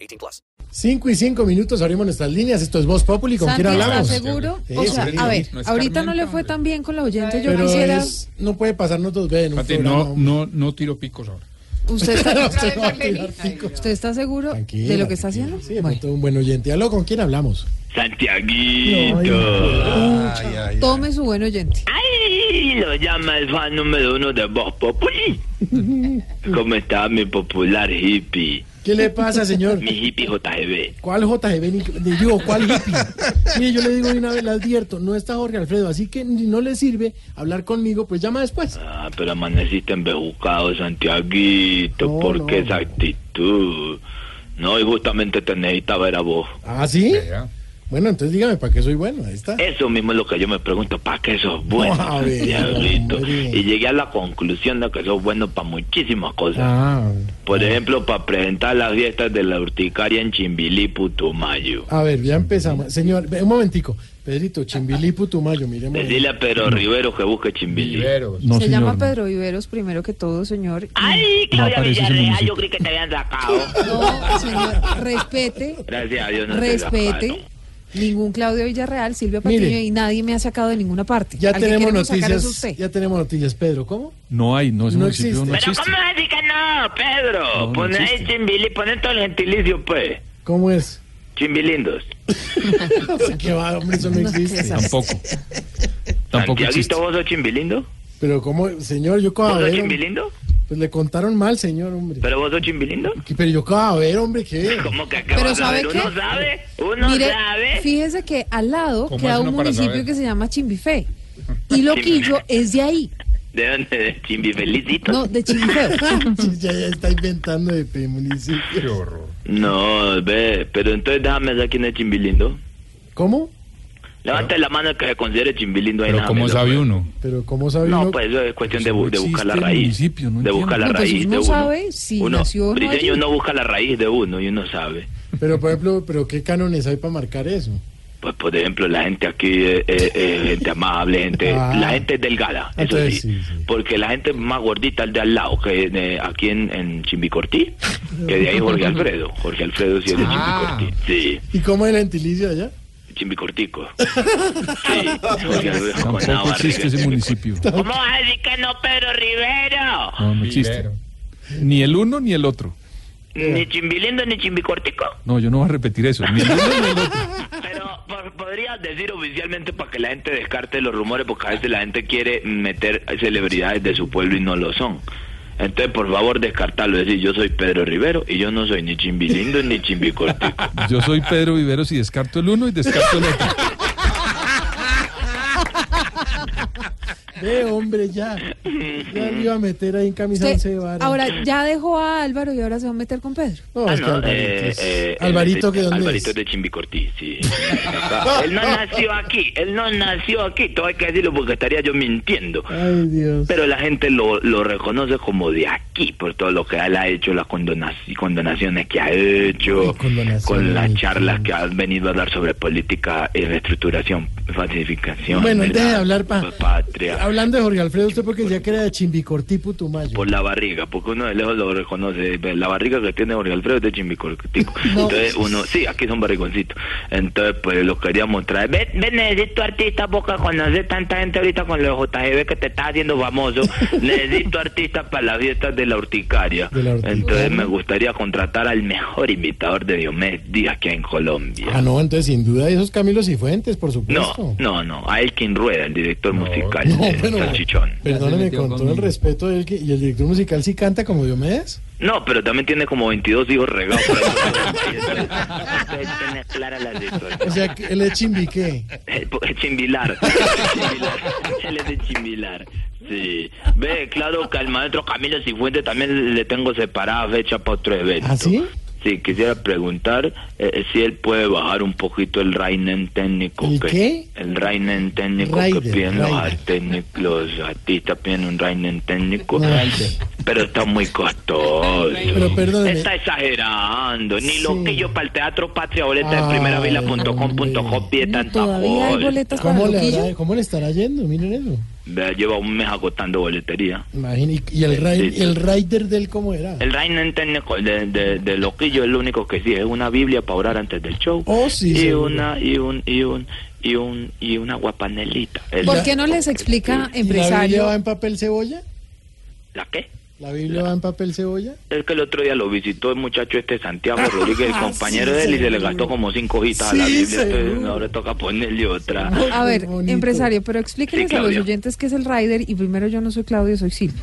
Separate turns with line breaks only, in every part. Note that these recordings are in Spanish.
18 plus.
5 y 5 minutos abrimos nuestras líneas. Esto es Voz Populi. ¿Con
Santi,
quién hablamos?
¿estás seguro?
Sí,
o sea,
sí.
a ver,
No es
ahorita no
Carmelo,
le fue tan bien con la oyente. Yo
Pero
quisiera.
es- no puede pasarnos dos veces en un
Pati,
programa.
no, no, no tiro picos ahora.
¿Usted está,
Usted no va a tirar pico.
usted está seguro
Tranquila,
de lo que está
tranquila.
haciendo?
Sí, de pronto un buen oyente. Aló, ¿con quién hablamos?
Santiaguito.
Tome su buen oyente.
Ay, lo llama el fan número uno de Voz Populi. ¿Cómo está mi popular hippie?
¿Qué le pasa, señor?
Mi hippie JGB.
¿Cuál JGB? ni- ni- Digo, ¿cuál hippie? Mire, yo le digo de una vez, le advierto, no está Jorge Alfredo, así que ni- no le sirve hablar conmigo, pues llama después.
Ah, pero amaneciste embejucado, Santiaguito.
No,
¿Por
no,
qué esa
no.
actitud? No, y justamente te necesitaba ver a vos.
¿Ah, sí?
Ya.
Bueno, entonces dígame, ¿para qué soy bueno? Ahí está.
Eso mismo es lo que yo me pregunto, ¿para qué sos bueno,
No, a ver,
Santiaguito?
hombre.
Y llegué a la conclusión de que sos bueno para muchísimas cosas.
Ah,
Por ejemplo, para presentar las fiestas de la urticaria en Chimbilí, Putumayo.
a ver, ya empezamos. Señor, ve, un momentico. Pedrito, Chimbilí, Putumayo, miremos.
Decirle a Pedro Rivero que busque Chimbilí.
Viveros.
No,
Se
señor,
llama
no.
Pedro Viveros, primero que todo, señor. Y-
Ay, Claudia Villarreal, yo creí que te habían sacado.
No, señor, respete,
Gracias a Dios no te
respete.
sacaron.
Ningún Claudio Villarreal, Silvia Patiño
Mire.
y nadie me ha sacado de ninguna parte.
Ya
Al que
tenemos
queremos sacar es
noticias.
usted.
Ya tenemos noticias, Pedro. ¿Cómo?
No hay, no, ese
No
municipio
existe.
no
Pero
existe.
¿cómo así que no, Pedro?
No, no
Pon ahí
existe.
Chimbilí, ponen todo el gentilicio, pues.
¿Cómo es?
Chimbilindos.
Qué va, hombre, eso no
No, qué
existe.
desastre.
Tampoco. Tampoco existe.
¿Santiaguito, vos sos chimbilindo?
Pero cómo, señor, yo
¿Vos
acabo de
sos
ver, hombre,
chimbilindo?
pues le contaron mal, señor, hombre.
¿Pero vos sos chimbilindo?
Que- Pero yo acabo de ver, hombre, que
¿Cómo que
Pero
acabas de
¿sabe
ver?
qué?
¿Uno sabe? ¿Uno
Mire,
sabe?
fíjese que al lado
¿Cómo
queda
hace
un
uno para
municipio
saber?
que se llama Chimbife. Y Loquillo es de ahí,
¿De dónde? ¿De Chimbi Felicito?
no, de Chimbifeo.
ya, ya está inventando de pe- municipio.
Qué horror.
No, ve, pero entonces déjame ver quién es Chimbilindo.
¿Cómo?
Levante la mano el que se considere Chimbilindo. ahí
Pero
nada
¿cómo
menos.
sabe uno?
Pero ¿cómo sabe
No,
uno?
pues eso es cuestión de,
Eso
bu-
no
de buscar
existe
la
en el
raíz.
municipio, no
de buscar
entiendo.
la
No, pues
raíz
uno
de uno.
sabe si
uno,
nació o no
briseño,
allí.
uno busca la raíz de uno y uno sabe.
Pero, por ejemplo, ¿pero qué cánones hay para marcar eso?
Pues, por ejemplo, la gente aquí es gente amable, gente,
Ah.
la gente es delgada, eso
Entonces,
sí,
sí, sí.
Porque la gente es más gordita, el de al lado, que es de aquí en, en Chimbicortí, que de ahí Jorge Alfredo. Jorge Alfredo sí es de
Ah.
Chimbicortí. Sí.
¿Y cómo es el gentilicio allá?
Chimbicortico. Sí, Jorge Alfredo con la
Tampoco
barriga.
existe ese municipio.
¿Cómo vas a decir que no, Pedro Rivero?
No, no existe.
Vivero.
Ni el uno ni el otro.
Ni chimbilindo ni chimbicortico.
No, yo no voy a repetir eso. Ni el uno ni el otro.
Pero po- podrías decir oficialmente para que la gente descarte los rumores, porque a veces la gente quiere meter celebridades de su pueblo y no lo son. Entonces, por favor, descartarlo. Decir, yo soy Pedro Rivero y yo no soy ni chimbilindo ni chimbicortico.
Yo soy Pedro Viveros y descarto el uno y descarto el otro.
Ve, hombre, ya. Ya le iba a meter ahí en camisa
Usted-
once varas.
ahora ya dejó a Álvaro y ahora se va a meter con Pedro.
No,
Ah,
es que
no,
Alvarito,
eh,
es-
eh,
Alvarito,
él
¿qué
es de-
dónde
Alvarito
es?
es de Chimbicortí, sí. Acá. él no nació aquí, él no nació aquí. Todo hay que decirlo porque estaría yo mintiendo.
Ay, Dios.
Pero la gente lo, lo reconoce como de aquí por todo lo que él ha hecho, las condonaci- condonaciones que ha hecho,
Ay, condonaciones,
con las charlas
sí.
que han venido a dar sobre política y reestructuración, falsificación.
Bueno,
¿verdad?
deje de hablar, pa.
Patria.
Hablando de Jorge Alfredo, usted porque ya que era de Chimbicortí, Putumayo.
Por la barriga, porque uno de lejos lo reconoce. La barriga que tiene Jorge Alfredo es de Chimbicortico. Entonces uno, sí, aquí son barrigoncitos. Entonces, pues lo queríamos traer. Ven, ven, necesito artistas, porque conoces tanta gente ahorita con los JGB que te estás haciendo famoso. necesito artistas para las fiestas de la urticaria.
De la urticaria.
Entonces, me gustaría contratar al mejor imitador de Diomedes Díaz que hay en Colombia.
Ah, no, entonces sin duda esos Camilo Cifuentes, por supuesto.
no, no, no, a Elkin Rueda, el director musical
No,
de
pero-
Salchichón.
Ya se
Perdóneme,
metió
con todo el
conmigo.
respeto de él, que- y el director musical sí canta como Diomedes.
No, pero también tiene como 22 hijos regados. por ahí. Entonces, tiene clara la situación.
O sea, que él es chimbiqué.
Eh, po- Chimbilar. Chimbilar. Él es de Chimbilar. Sí. Ve, claro que al maestro Camilo Cifuentes también le tengo separada fecha para otro evento.
¿Ah, sí?
Sí, quisiera preguntar eh, si él puede bajar un poquito el rainen técnico.
¿El
que,
qué?
El rainen técnico que
Raiden,
piden los,
raiden.
arteni- los artistas, piden un rainen técnico.
Raiden.
Pero está muy costoso.
Pero perdóneme.
Está exagerando. Ni
Sí.
lo que yo para el Teatro Patria, boleta de
Ay,
primera vila.com.co pide tanta
Todavía hay
cosa.
boletas para
¿Cómo le,
Loquillo.
hará- ¿Cómo le estará yendo? Miren eso.
Vea, Lleva un mes agotando boletería.
Imagine, y- y el, ri-
Sí, sí.
el rider del cómo era.
El Rainen técnico de, de, de Loquillo es lo único que sí, es una Biblia para orar antes del show.
Oh, sí,
y
seguro.
una y un y un y un y una guapanelita. El-
¿Por qué no les explica,
¿Y ¿La Biblia va
empresario?
en papel cebolla?
¿La qué?
¿La Biblia va en papel cebolla?
Es que el otro día lo visitó el muchacho este Santiago
Ah,
Rodríguez, el compañero de él, y se le gastó como cinco hojitas a la
Sí,
Biblia. Entonces
seguro.
ahora toca ponerle otra.
A ver,
bonito.
empresario, pero explíqueles
Sí,
a los
Claudia.
oyentes qué es el rider y primero yo no soy Claudio, soy Silvia.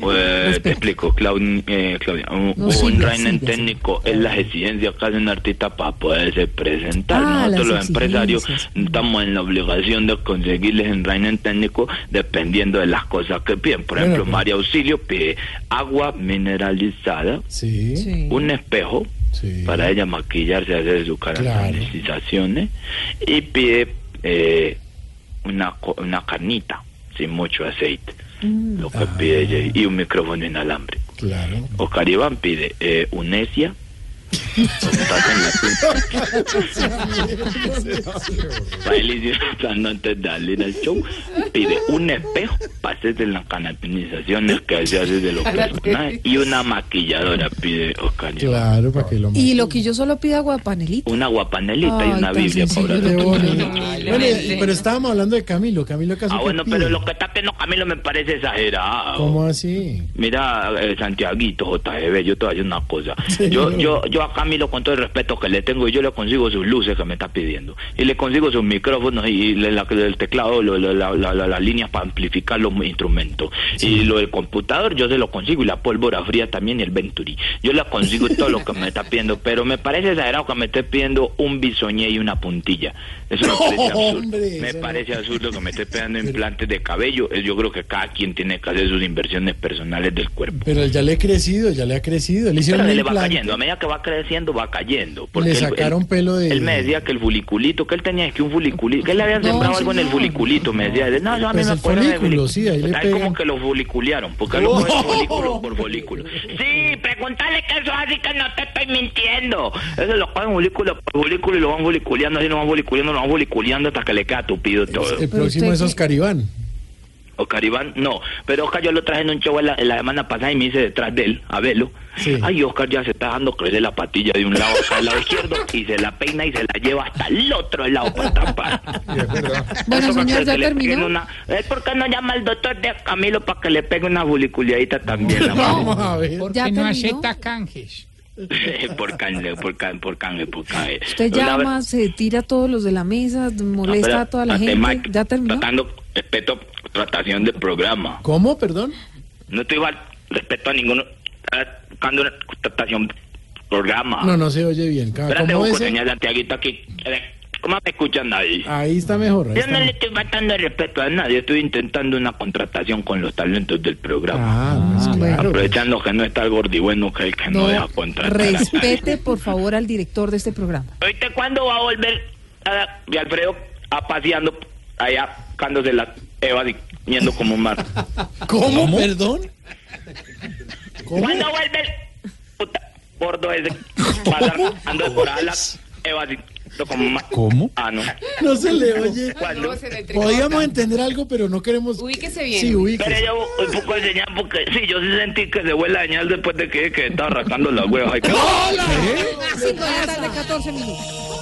Pues, te
Respeto.
explico, Claud- eh, Claudia. Un,
No,
un
Silvia,
Rainen
Silvia,
técnico es las exigencias que hace un artista para poderse presentar.
Ah, las
Nosotros los empresarios
exigencias.
estamos en la obligación de conseguirles un Rainen técnico dependiendo de las cosas que piden. Por
Bueno,
ejemplo,
pero-
María Auxilio pide agua mineralizada,
Sí.
Sí.
un espejo
Sí.
para ella maquillarse, hacer sus caracterizaciones y pide eh, una, co- una carnita sin mucho aceite.
Mm.
Lo que pide ella y un micrófono inalámbrico.
Claro.
Oscar Iván pide eh, Unesia. estando antes de darle al show, pide un espejo para hacer de las canapinizaciones que se hace de los personajes y una maquilladora pide Oscar Iván.
Claro, para que lo
Y Loquillo solo pide aguapanelita.
Una guapanelita y
Ay,
una
tan
Biblia
sencillo,
para
Qué
orar.
bonito. Bueno, y- pero estábamos hablando de Camilo. Camilo Caso.
Ah,
¿qué
bueno,
pide?
pero lo que está pidiendo Camilo me parece exagerado.
¿Cómo así?
Mira, eh, Santiaguito, JB, yo te voy a decir una cosa.
Sí.
Yo, yo, yo a Camilo, con todo el respeto que le tengo, yo le consigo sus luces que me está pidiendo. Y le consigo sus micrófonos y, y le- la- el teclado, lo- lo- la- la- la- las líneas para amplificar los instrumentos. Y lo del computador yo se lo consigo. Y la pólvora fría también y el Venturi. Yo le consigo todo lo que me está pidiendo. Pero me parece exagerado que me esté pidiendo un bisoñé y una puntilla. Eso me parece absurdo.
Hombre,
me
eso no.
parece absurdo que me esté pegando implantes de cabello. Eh, Yo creo que cada quien tiene que hacer sus inversiones personales del cuerpo.
Pero él ya le ha crecido, ya le ha crecido. Le hicieron
Pero
un
le va
implante.
cayendo, a medida que va creciendo, va cayendo.
Le
él-
sacaron
él-
pelo de-
Él me decía que el fuliculito, que él tenía que un fuliculito, que él le había
No,
sembrado algo en el
señor.
fuliculito. Me decía, él, no, yo a mí
Pues
me
el
acuerdo del
folículo, sí, ahí le
Tal como
pegan.
que lo fuliculearon, porque lo ponen folículo por folículo. Sí, pregúntale que eso es así que no te estoy mintiendo. Eso lo cogen folículo por folículo y lo van fuliculeando, así lo van fuliculeando, lo van fuliculeando hasta que le queda tupido todo.
El próximo
usted
es
qué-
Oscar Iván.
Oscar Iván, no, pero Oscar yo lo traje en un show la, la semana pasada y me hice detrás de él, a verlo.
Sí.
Ay, Oscar ya se está dejando crecer la patilla de un lado al lado izquierdo y se la peina y se la lleva hasta el otro lado para tapar.
Bueno,
Eso para
señor,
que
ya
le peguen
terminó.
Una... ¿Eh, ¿Por qué no llama al doctor de Camilo para que le pegue una buliculiadita también? amor?
Vamos a ver.
Ya
Porque no
terminó.
acepta canjes.
por canje, por canje, por canje, por canje.
Usted
Una vez-
llama, se tira a todos los de la mesa,
No,
molesta
pero
a toda la
ante
gente.
Mike,
ya terminó.
Tratando, respeto, tratación del programa.
¿Cómo, perdón?
No estoy igual respeto a ninguno. Está buscando una contratación programa.
No, no se oye bien. Ca-
Ah. Espérate,
¿Cómo
busco,
es?
señor
el-
Santiaguito, aquí. ¿Cómo me escuchan ahí?
Ahí está mejor. Ah, ahí
Yo no
está.
le estoy faltando el respeto a nadie, estoy intentando una contratación con los talentos del programa.
Ah, pues claro.
Aprovechando que no está el gordibueno que es el que no, deja contratar. a nadie.
respete por favor al director de este programa.
¿Oíste cuándo va a volver a, de Alfredo a paseando allá, cándose la Eva y yendo como un mar?
¿Cómo? ¿Perdón? ¿Cómo?
¿Cuándo vuelve el puta gordo ese? Pasar ando por ahí las Evas y lo como más.
¿Cómo?
Ah, no.
No se le oye.
¿Cuándo?
Podíamos entender algo, pero no queremos.
Ubíquese bien.
Sí,
Pero
ubíquese.
yo un poco de señal porque sí, yo sí sentí que se vuelve la señal después de que, que estaba arrancando las huevas. Ay, que-
Cinco de la tarde, 14 minutos.